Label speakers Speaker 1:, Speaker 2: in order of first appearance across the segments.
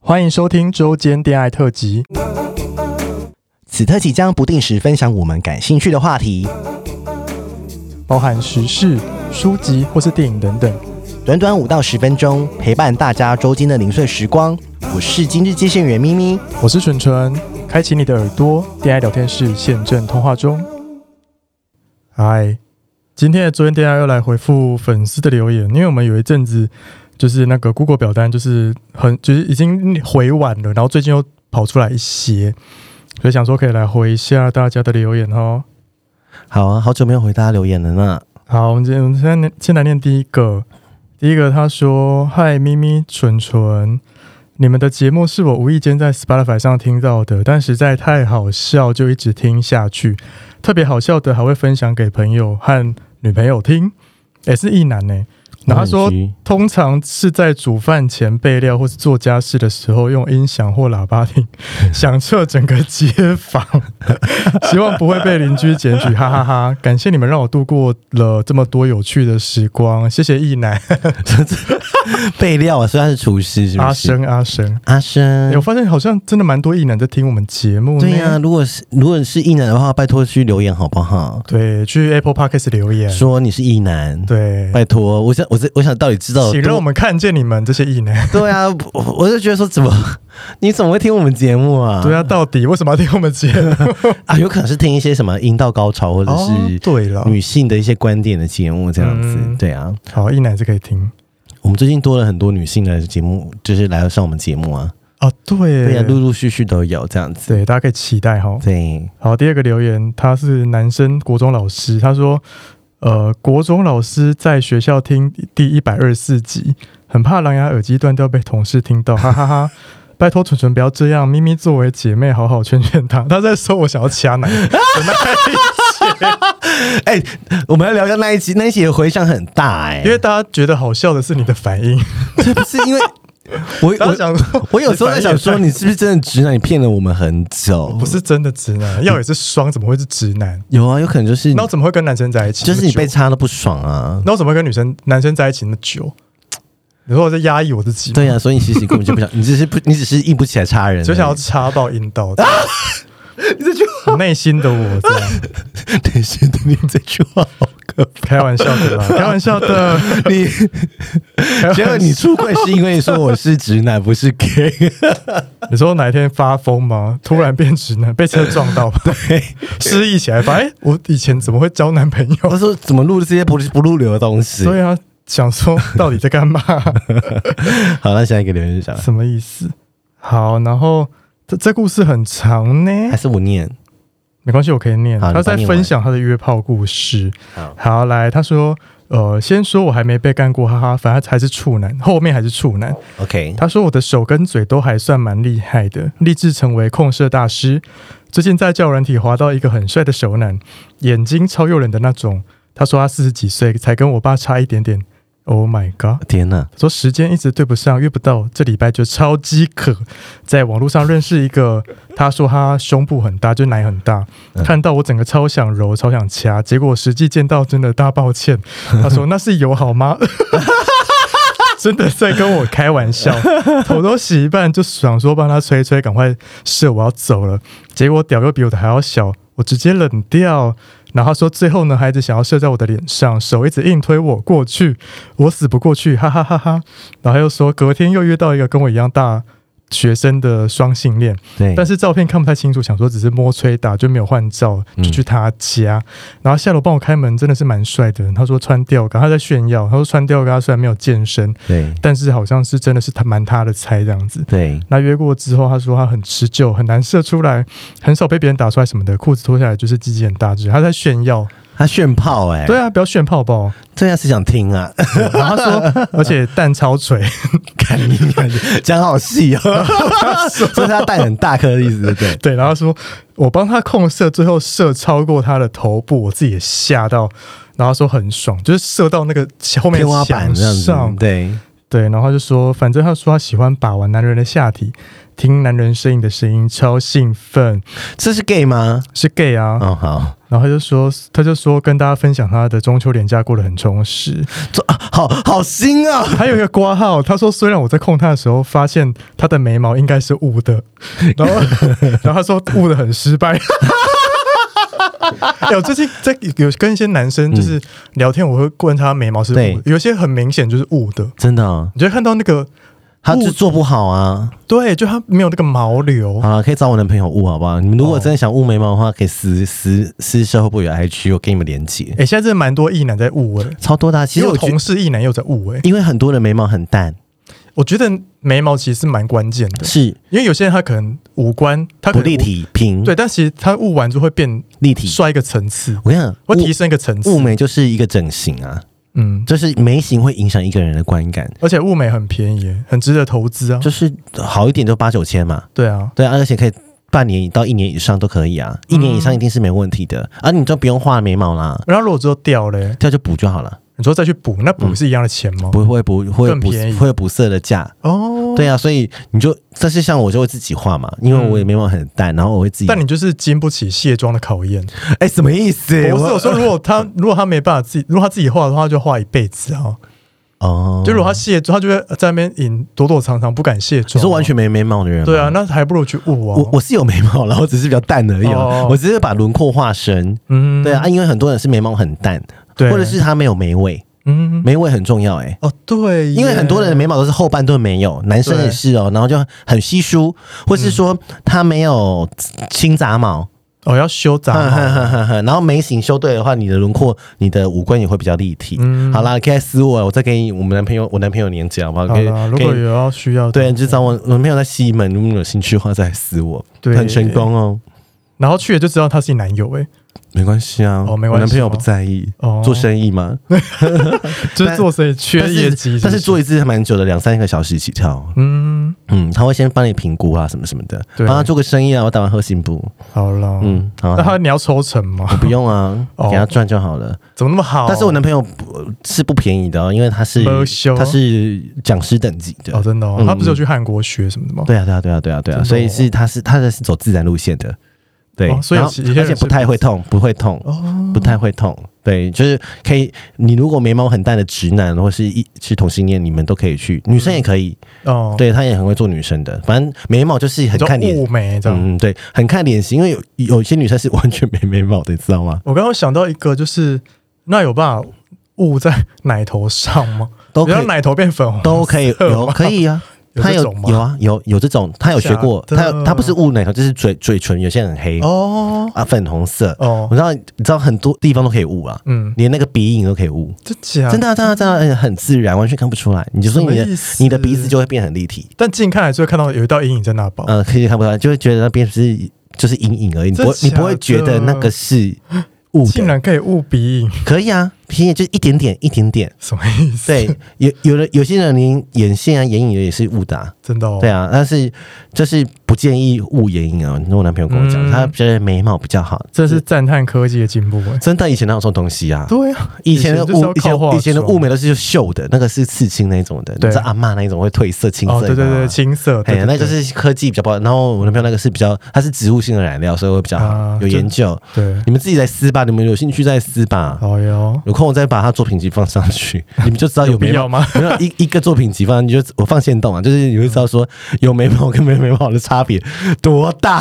Speaker 1: 欢迎收听周间恋爱特辑。
Speaker 2: 此特辑将不定时分享我们感兴趣的话题，
Speaker 1: 包含时事、书籍或是电影等等。
Speaker 2: 短短五到十分钟，陪伴大家周间的零碎时光。我是今日接线员咪咪，
Speaker 1: 我是纯纯，开启你的耳朵，恋爱聊天室现正通话中。嗨，今天的周间恋爱又来回复粉丝的留言，因为我们有一阵子就是那个 Google 表单就是很就是已经回晚了，然后最近又跑出来一些，所以想说可以来回一下大家的留言哦。
Speaker 2: 好啊，好久没有回大家留言了 呢。
Speaker 1: 好，我们今我们先来先来念第一个。第一个他说：“嗨，咪咪纯纯，你们的节目是我无意间在 Spotify 上听到的，但实在太好笑，就一直听下去。特别好笑的还会分享给朋友和女朋友听，也、是一男呢、欸然后他说，
Speaker 2: OMG
Speaker 1: 通常是在煮饭前备料或是做家事的时候，用音响或喇叭听，响彻整个街坊。 希望不会被邻居检举，哈哈哈感谢你们让我度过了这么多有趣的时光，谢谢易男
Speaker 2: 备料啊，虽然是厨师，是不是？
Speaker 1: 阿，生阿生。
Speaker 2: 阿
Speaker 1: 欸我
Speaker 2: 生，
Speaker 1: 发现好像真的蛮多易男在听我们节目呢。
Speaker 2: 对呀、如果是如果你是异男的话，拜托去留言好不好？
Speaker 1: 对，去 Apple Podcast 留言，
Speaker 2: 说你是异哎男，
Speaker 1: 对，
Speaker 2: 拜托，我想，我是我想到底知道有
Speaker 1: 请
Speaker 2: 多
Speaker 1: 让我们看见你们这些易男。
Speaker 2: 对啊，我我就觉得说怎么 你怎么会听我们节目啊？
Speaker 1: 对啊，到底为什么要听我们节 目？
Speaker 2: 啊，有可能是听一些什么阴道高潮或者
Speaker 1: 哦
Speaker 2: 是
Speaker 1: 对了
Speaker 2: 女性的一些观点的节目这样子。
Speaker 1: 嗯
Speaker 2: 对啊，
Speaker 1: 好，易男是可以听。
Speaker 2: 我们最近多了很多女性的节目，就是来上我们节目啊。
Speaker 1: 哦，对，
Speaker 2: 对啊，陆陆续续都有这样子。
Speaker 1: 对，大家可以期待哈。
Speaker 2: 对，
Speaker 1: 好，第二个留言，他是男生国中老师，他说，呃，国中老师在学校听第一百二十四集，很怕蓝牙耳机断掉被同事听到，哈哈哈。拜托纯纯不要这样，咪咪作为姐妹好好劝劝她。她在说我想要掐奶，
Speaker 2: 哎、我们要聊一下那一集，那一集的回响很大 哎、
Speaker 1: 因为大家觉得好笑的是你的反应，
Speaker 2: 这不是因为 我
Speaker 1: 大家想说
Speaker 2: 我我有时候在想说，你是不是真的直男？你骗了我们很久
Speaker 1: 不。是真的直男，要也是双，怎么会是直男？
Speaker 2: 有啊，有可能就是
Speaker 1: 那我怎么会跟男生在一起？
Speaker 2: 就是你被
Speaker 1: 那么久，
Speaker 2: 插的不爽啊。
Speaker 1: 那我怎么会跟女生男生在一起那么久？你说我在压抑我自己吗，
Speaker 2: 对啊，所以你其实根本就不想， 你只是不，你只是硬不起来插人而已，
Speaker 1: 就想 要插到阴道。
Speaker 2: 啊
Speaker 1: 内心的我这样，
Speaker 2: 等一下， 等你这句话好可怕。
Speaker 1: 开玩笑的 啦，开玩笑的。
Speaker 2: 你
Speaker 1: 开 玩
Speaker 2: 结果你出柜是因为说我是直男，不是 gay，
Speaker 1: 你说哪一天发疯吗？突然变直男，被车撞到吧？对，失忆起来，发现哎，我以前怎么会交男朋
Speaker 2: 我
Speaker 1: 友？
Speaker 2: 说怎么录这些不不入流的东西？
Speaker 1: 对啊，想说到底在干 嘛？
Speaker 2: 好，那下一个留言是啥？
Speaker 1: 什么意思？好，然后这这故事很长呢，
Speaker 2: 还是我念？
Speaker 1: 没关系，我可以念。他
Speaker 2: 好你帮
Speaker 1: 在
Speaker 2: 我念
Speaker 1: 分享他的约炮故事。
Speaker 2: 好，
Speaker 1: 好，来，他说，呃，先说我还没被干过，哈哈，反正还是处男，后面还是处男。
Speaker 2: ，OK，
Speaker 1: 他说我的手跟嘴都还算蛮厉害的，立志成为控射大师。最近在教软体滑到一个很帅的熟男，眼睛超诱人的那种。他说他四十几岁，才跟我爸差一点点。Oh my god！
Speaker 2: 天哪，
Speaker 1: 他说时间一直对不上，约不到，这礼拜就超饥渴。在网络上认识一个，他说他胸部很大，就奶很大，看到我整个超想揉，超想掐，结果实际见到真的大抱歉。他说那是有好吗？ 真的在跟我开玩笑，头都洗一半就想说帮他吹吹，赶快射，我要走了。结果屌又比我的还要小，我直接冷掉。然后他说最后呢，还一直想要射在我的脸上，手一直硬推我过去，我死不过去，哈哈哈哈。然后又说隔天又约到一个跟我一样大学生的双性恋，
Speaker 2: 对，
Speaker 1: 但是照片看不太清楚，想说只是摸吹打，就没有换照，就去他家。然后下楼帮我开门，真的是蛮帅的。他说穿吊嘎，他在炫耀。他说穿吊嘎虽然没有健身，
Speaker 2: 对
Speaker 1: 但是好像是真的是他蛮他的菜这样子。
Speaker 2: 对，
Speaker 1: 那约过之后，他说他很持久，很难射出来，很少被别人打出来什么的。裤子脱下来就是鸡鸡很大只，他在炫耀。
Speaker 2: 他炫炮哎，
Speaker 1: 对啊，不要炫泡泡。
Speaker 2: 对啊，谁想听啊？
Speaker 1: 然后他 说，而且蛋超垂，
Speaker 2: 看你讲好细哦，所以 他蛋很大颗的意思，对不对？
Speaker 1: 对，然后他说我帮他控射，最后射超过他的头部，我自己也吓到，然后他说很爽，就是射到那个后面
Speaker 2: 天花
Speaker 1: 墙
Speaker 2: 板这样
Speaker 1: 上
Speaker 2: 子，，对，
Speaker 1: 对，然后他就说，反正他说他喜欢把玩男人的下体，听男人声音的声音，超兴奋，
Speaker 2: 这是 gay 吗？
Speaker 1: 是 gay 啊。
Speaker 2: 哦，好，
Speaker 1: 然后他就说，他就说跟大家分享他的中秋连假过得很充实。
Speaker 2: 这啊好好新 啊！
Speaker 1: 还有一个挂号，他说虽然我在控他的时候发现他的眉毛应该是雾的，然后 然后他说雾的很失败。 哎、我最近在有跟一些男生就是聊天，我会问他眉毛是雾
Speaker 2: 对
Speaker 1: 的，有一些很明显就是雾的，
Speaker 2: 真的、哦，
Speaker 1: 你就会看到那个
Speaker 2: 他就做不好啊！
Speaker 1: 对，就他没有那个毛流。
Speaker 2: 好了，可以找我男朋友雾好不好？你们
Speaker 1: 哦
Speaker 2: 如果真的想雾眉毛的话，可以私私私社会部有 IG，我给你们连接
Speaker 1: 哎、，现在真的蛮多异男在雾哎、
Speaker 2: 超多的啊、其
Speaker 1: 其
Speaker 2: 实
Speaker 1: 实
Speaker 2: 我
Speaker 1: 我
Speaker 2: 觉得
Speaker 1: 同事异男也有在雾哎、
Speaker 2: 因为很多人眉毛很淡，
Speaker 1: 我觉得眉毛其实是蛮关键的，
Speaker 2: 是
Speaker 1: 因为有些人他可能五官他可
Speaker 2: 不
Speaker 1: 能
Speaker 2: 立体平，
Speaker 1: 雾，对，但其实他雾完就会变
Speaker 2: 立体。
Speaker 1: 刷一个层次，
Speaker 2: 我跟你讲，
Speaker 1: 会提
Speaker 2: 雾
Speaker 1: 升一个层次。
Speaker 2: 雾眉就是一个整形啊，
Speaker 1: 嗯，
Speaker 2: 就是眉形会影响一个人的观感，
Speaker 1: 而且物美很便宜耶，很值得投资啊。
Speaker 2: 就是好一点就八九千嘛，
Speaker 1: 对啊，
Speaker 2: 对啊，而且可以半年到一年以上都可以啊，
Speaker 1: 嗯
Speaker 2: 一年以上一定是没问题的，啊，你就不用画眉毛啦，
Speaker 1: 然后如果之后掉嘞，
Speaker 2: 这样就补就好了，
Speaker 1: 你说再去补，那补是一样的钱吗？
Speaker 2: 不会嗯补会有
Speaker 1: 更
Speaker 2: 补
Speaker 1: 便宜
Speaker 2: 会有补色的价。
Speaker 1: 哦，
Speaker 2: 对啊，所以你就，但是像我就会自己画嘛，因为我也眉毛很淡，然后我会自己。
Speaker 1: 但你就是经不起卸妆的考验。
Speaker 2: 哎、什么意思？
Speaker 1: 我是我
Speaker 2: 呃
Speaker 1: 说，如果他如果他没办法自己，如果他自己画的话，他就画一辈子啊。
Speaker 2: 哦，
Speaker 1: 就如果他卸妆，他就会在那边隐躲躲藏藏，不敢卸妆。啊
Speaker 2: 你是完全没眉毛的人吗，
Speaker 1: 对啊，那还不如去雾啊。
Speaker 2: 我我是有眉毛啦，我只是比较淡而已啦、
Speaker 1: 哦
Speaker 2: 我只是把轮廓画深。
Speaker 1: 嗯
Speaker 2: 对啊，，因为很多人是眉毛很淡，
Speaker 1: 对
Speaker 2: 或者是他没有眉尾，
Speaker 1: 嗯
Speaker 2: 眉尾很重要哎、欸
Speaker 1: 哦对耶，
Speaker 2: 因为很多人的眉毛都是后半段没有，男生也是哦，然后就很稀疏，或是说他没有轻杂毛，
Speaker 1: 哦要修杂
Speaker 2: 哈哈
Speaker 1: 毛，
Speaker 2: 哈哈哈然后眉形修对的话，你的轮廓、你的五官也会比较立体。
Speaker 1: 嗯
Speaker 2: 好啦，可以来私我，我再给你我们男朋友，我男朋友年纪好不好？
Speaker 1: 好
Speaker 2: 可以
Speaker 1: 啦，如
Speaker 2: 可
Speaker 1: 果
Speaker 2: 以，
Speaker 1: 有要需要，
Speaker 2: 对，你就找我我男朋友在西门，如果你有兴趣的话再来私我，
Speaker 1: 对
Speaker 2: 很成功哦。
Speaker 1: 然后去了就知道他是你男友哎，
Speaker 2: 没关系啊，
Speaker 1: 哦没
Speaker 2: 我
Speaker 1: 关系
Speaker 2: 男朋友
Speaker 1: 哦
Speaker 2: 不在意，
Speaker 1: 哦
Speaker 2: 做生意嘛，
Speaker 1: 就是做生意缺
Speaker 2: 但是
Speaker 1: 业绩，
Speaker 2: 但是
Speaker 1: 做
Speaker 2: 做一次还蛮久的，两三个小时起跳。
Speaker 1: 嗯
Speaker 2: 嗯，他会先帮你评估啊，什么什么的，
Speaker 1: 对
Speaker 2: 帮他做个生意啊，我打完核心部，
Speaker 1: 好了，
Speaker 2: 嗯，好啊、
Speaker 1: 那他你要抽成吗？
Speaker 2: 不用啊，
Speaker 1: 哦
Speaker 2: 给他赚就好了。
Speaker 1: 怎么那么好？
Speaker 2: 但是我男朋友不是不便宜的哦，因为他是
Speaker 1: 没修
Speaker 2: 他是讲师等级的。
Speaker 1: 哦，真的哦
Speaker 2: 嗯，
Speaker 1: 他不是有去韩国学什么的吗？
Speaker 2: 对啊，对啊，对啊，对啊，对
Speaker 1: 真
Speaker 2: 啊，
Speaker 1: 的哦
Speaker 2: 所以是他是他的是走自然路线的，对，
Speaker 1: 哦所以
Speaker 2: 然后
Speaker 1: 其实有些哦
Speaker 2: 而
Speaker 1: 人
Speaker 2: 且
Speaker 1: 是
Speaker 2: 不太会痛，不会痛，不太会痛，对，就是可以，你如果眉毛很淡的直男或是一是同性恋，你们都可以去，
Speaker 1: 嗯
Speaker 2: 女生也可以，
Speaker 1: 哦，
Speaker 2: 对，他也很会做女生的，反正眉毛就是很
Speaker 1: 你说
Speaker 2: 看脸
Speaker 1: 雾，眉这样。
Speaker 2: 嗯，对，很看脸型，因为有有些女生是完全没眉毛的，你知道吗？
Speaker 1: 我刚刚想到一个，就是那有办法雾在奶头上吗？
Speaker 2: 都
Speaker 1: 你
Speaker 2: 可
Speaker 1: 让
Speaker 2: 以
Speaker 1: 奶头变粉红，
Speaker 2: 都可以，有可以啊。
Speaker 1: 有
Speaker 2: 他
Speaker 1: 这
Speaker 2: 有
Speaker 1: 种吗
Speaker 2: 有啊有有这种，他有学过，
Speaker 1: 假的
Speaker 2: 他有他不是雾奶头，就是嘴嘴唇有些很黑
Speaker 1: 哦
Speaker 2: 啊，粉红色。
Speaker 1: 哦
Speaker 2: 我，知道你知道很多地方都可以雾啊，
Speaker 1: 嗯，
Speaker 2: 连那个鼻影都可以雾，
Speaker 1: 真假
Speaker 2: 真的啊真的啊真的啊嗯很自然，完全看不出来。你就说你
Speaker 1: 什
Speaker 2: 的
Speaker 1: 么意思
Speaker 2: 你的鼻子就会变很立体，
Speaker 1: 但近看来就会看到有一道阴影在那吧？
Speaker 2: 呃，可以看不出来，就会觉得那边是就是阴影而已，你不会
Speaker 1: 真
Speaker 2: 你
Speaker 1: 假的
Speaker 2: 不会觉得那个是雾
Speaker 1: 竟
Speaker 2: 的，
Speaker 1: 然可以雾鼻影，
Speaker 2: 可以啊，鼻影就是一点点一点点。
Speaker 1: 什么意思？，
Speaker 2: 对，有有的有些人连眼线啊、眼影也是雾的、啊，
Speaker 1: 真的哦。
Speaker 2: 对啊，但是就是不建议雾眼影啊。我男朋友跟我
Speaker 1: 嗯
Speaker 2: 讲，他觉得眉毛比较好。
Speaker 1: 这是赞叹科技的进步哎。
Speaker 2: 真的，以前哪有这种东西啊？
Speaker 1: 对啊，
Speaker 2: 以前的
Speaker 1: 就是要
Speaker 2: 雾，以
Speaker 1: 靠化
Speaker 2: 前以前的
Speaker 1: 妆
Speaker 2: 雾眉都是秀的，那个是刺青那一种的，你
Speaker 1: 对
Speaker 2: 知道阿嬷那一种会褪色、青色、
Speaker 1: 哦，对对
Speaker 2: 你知道
Speaker 1: 对，
Speaker 2: 吗
Speaker 1: 青色，
Speaker 2: 哎
Speaker 1: 对，
Speaker 2: 呀，那就是科技比较不好。然后我男朋友那个是比较，它是植物性的染料，所以会比较好，
Speaker 1: 啊
Speaker 2: 有研究。
Speaker 1: 对。对
Speaker 2: 你们自己来撕吧，你们有兴趣再撕吧。
Speaker 1: 好哟，
Speaker 2: 有空我再把他作品集放上去，你们就知道 有
Speaker 1: 有必
Speaker 2: 眉毛
Speaker 1: 要吗？
Speaker 2: 没有一一个作品集放，你就我放线动啊，就是你会知道说有眉毛跟没眉毛的差别多大，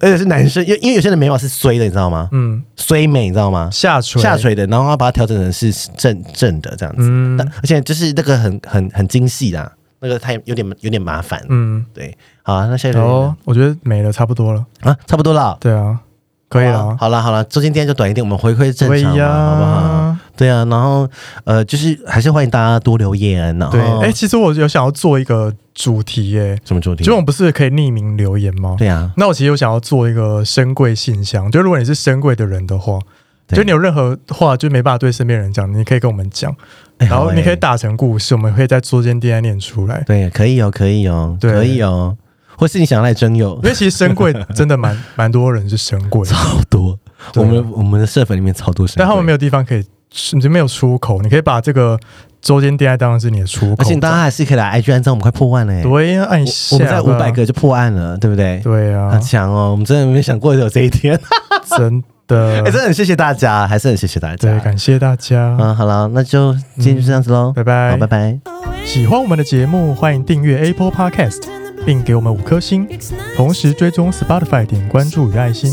Speaker 2: 而且是男生，因为因为有些人眉毛是衰的，你知道吗？
Speaker 1: 嗯，
Speaker 2: 衰眉，你知道吗？
Speaker 1: 下垂，
Speaker 2: 下垂的，然后他把它调整成是正正的这样子，
Speaker 1: 嗯
Speaker 2: 但而且就是那个很很很精细啦，那个太有点有点麻烦。
Speaker 1: 嗯，哦
Speaker 2: 对，好、啊，那下一个
Speaker 1: 然
Speaker 2: 人
Speaker 1: 后
Speaker 2: 呢
Speaker 1: 我觉得没了，差不多了。
Speaker 2: 啊，差不多了，
Speaker 1: 对啊，可以了，
Speaker 2: 好了好了，中间今天就短一点，我们回归正
Speaker 1: 可以
Speaker 2: 常
Speaker 1: 呀，
Speaker 2: 嘛，好不好？？对啊，然后呃，就是还是欢迎大家多留言，然后
Speaker 1: 对，哎，其实我有想要做一个主题耶，
Speaker 2: 什么主题？
Speaker 1: 就我们不是可以匿名留言吗？
Speaker 2: 对啊，
Speaker 1: 那我其实有想要做一个深柜信箱，就如果你是深柜的人的话，
Speaker 2: 对
Speaker 1: 就你有任何话就没办法对身边人讲，你可以跟我们讲，
Speaker 2: 哎
Speaker 1: 然
Speaker 2: 好
Speaker 1: 后你
Speaker 2: 哎
Speaker 1: 可以打成故事，我们可以在桌间 DNA 念出来。
Speaker 2: 对，可以哦，可以哦，
Speaker 1: 对
Speaker 2: 可以哦，或是你想要来征 友
Speaker 1: 因，为其实深柜真的蛮蛮多人是深柜，
Speaker 2: 超多，我
Speaker 1: 对
Speaker 2: 啊们我们的社粉里面超多神鬼，
Speaker 1: 但他们没有地方可以，你就没有出口，你可以把这个周间恋爱当然是你的出口。
Speaker 2: 而且大家还是可以来 IG 按赞，我们快破万嘞、我
Speaker 1: 对呀、按一下
Speaker 2: 我们在
Speaker 1: 吧
Speaker 2: 五百，个就破万了，对不对？
Speaker 1: 对啊呀、
Speaker 2: 很强哦，我们真的没想过有这一天，
Speaker 1: 真的，
Speaker 2: 哎、真的很谢谢大家，还是很谢谢大
Speaker 1: 啊对，
Speaker 2: 家。
Speaker 1: 感谢大家，
Speaker 2: 嗯，好了，那就今天就这样子喽、
Speaker 1: 拜拜
Speaker 2: 好，拜拜。
Speaker 1: 喜欢我们的节目，欢迎订阅 Apple Podcast，并给我们五颗星，同时追踪 Spotify 点关注与爱心。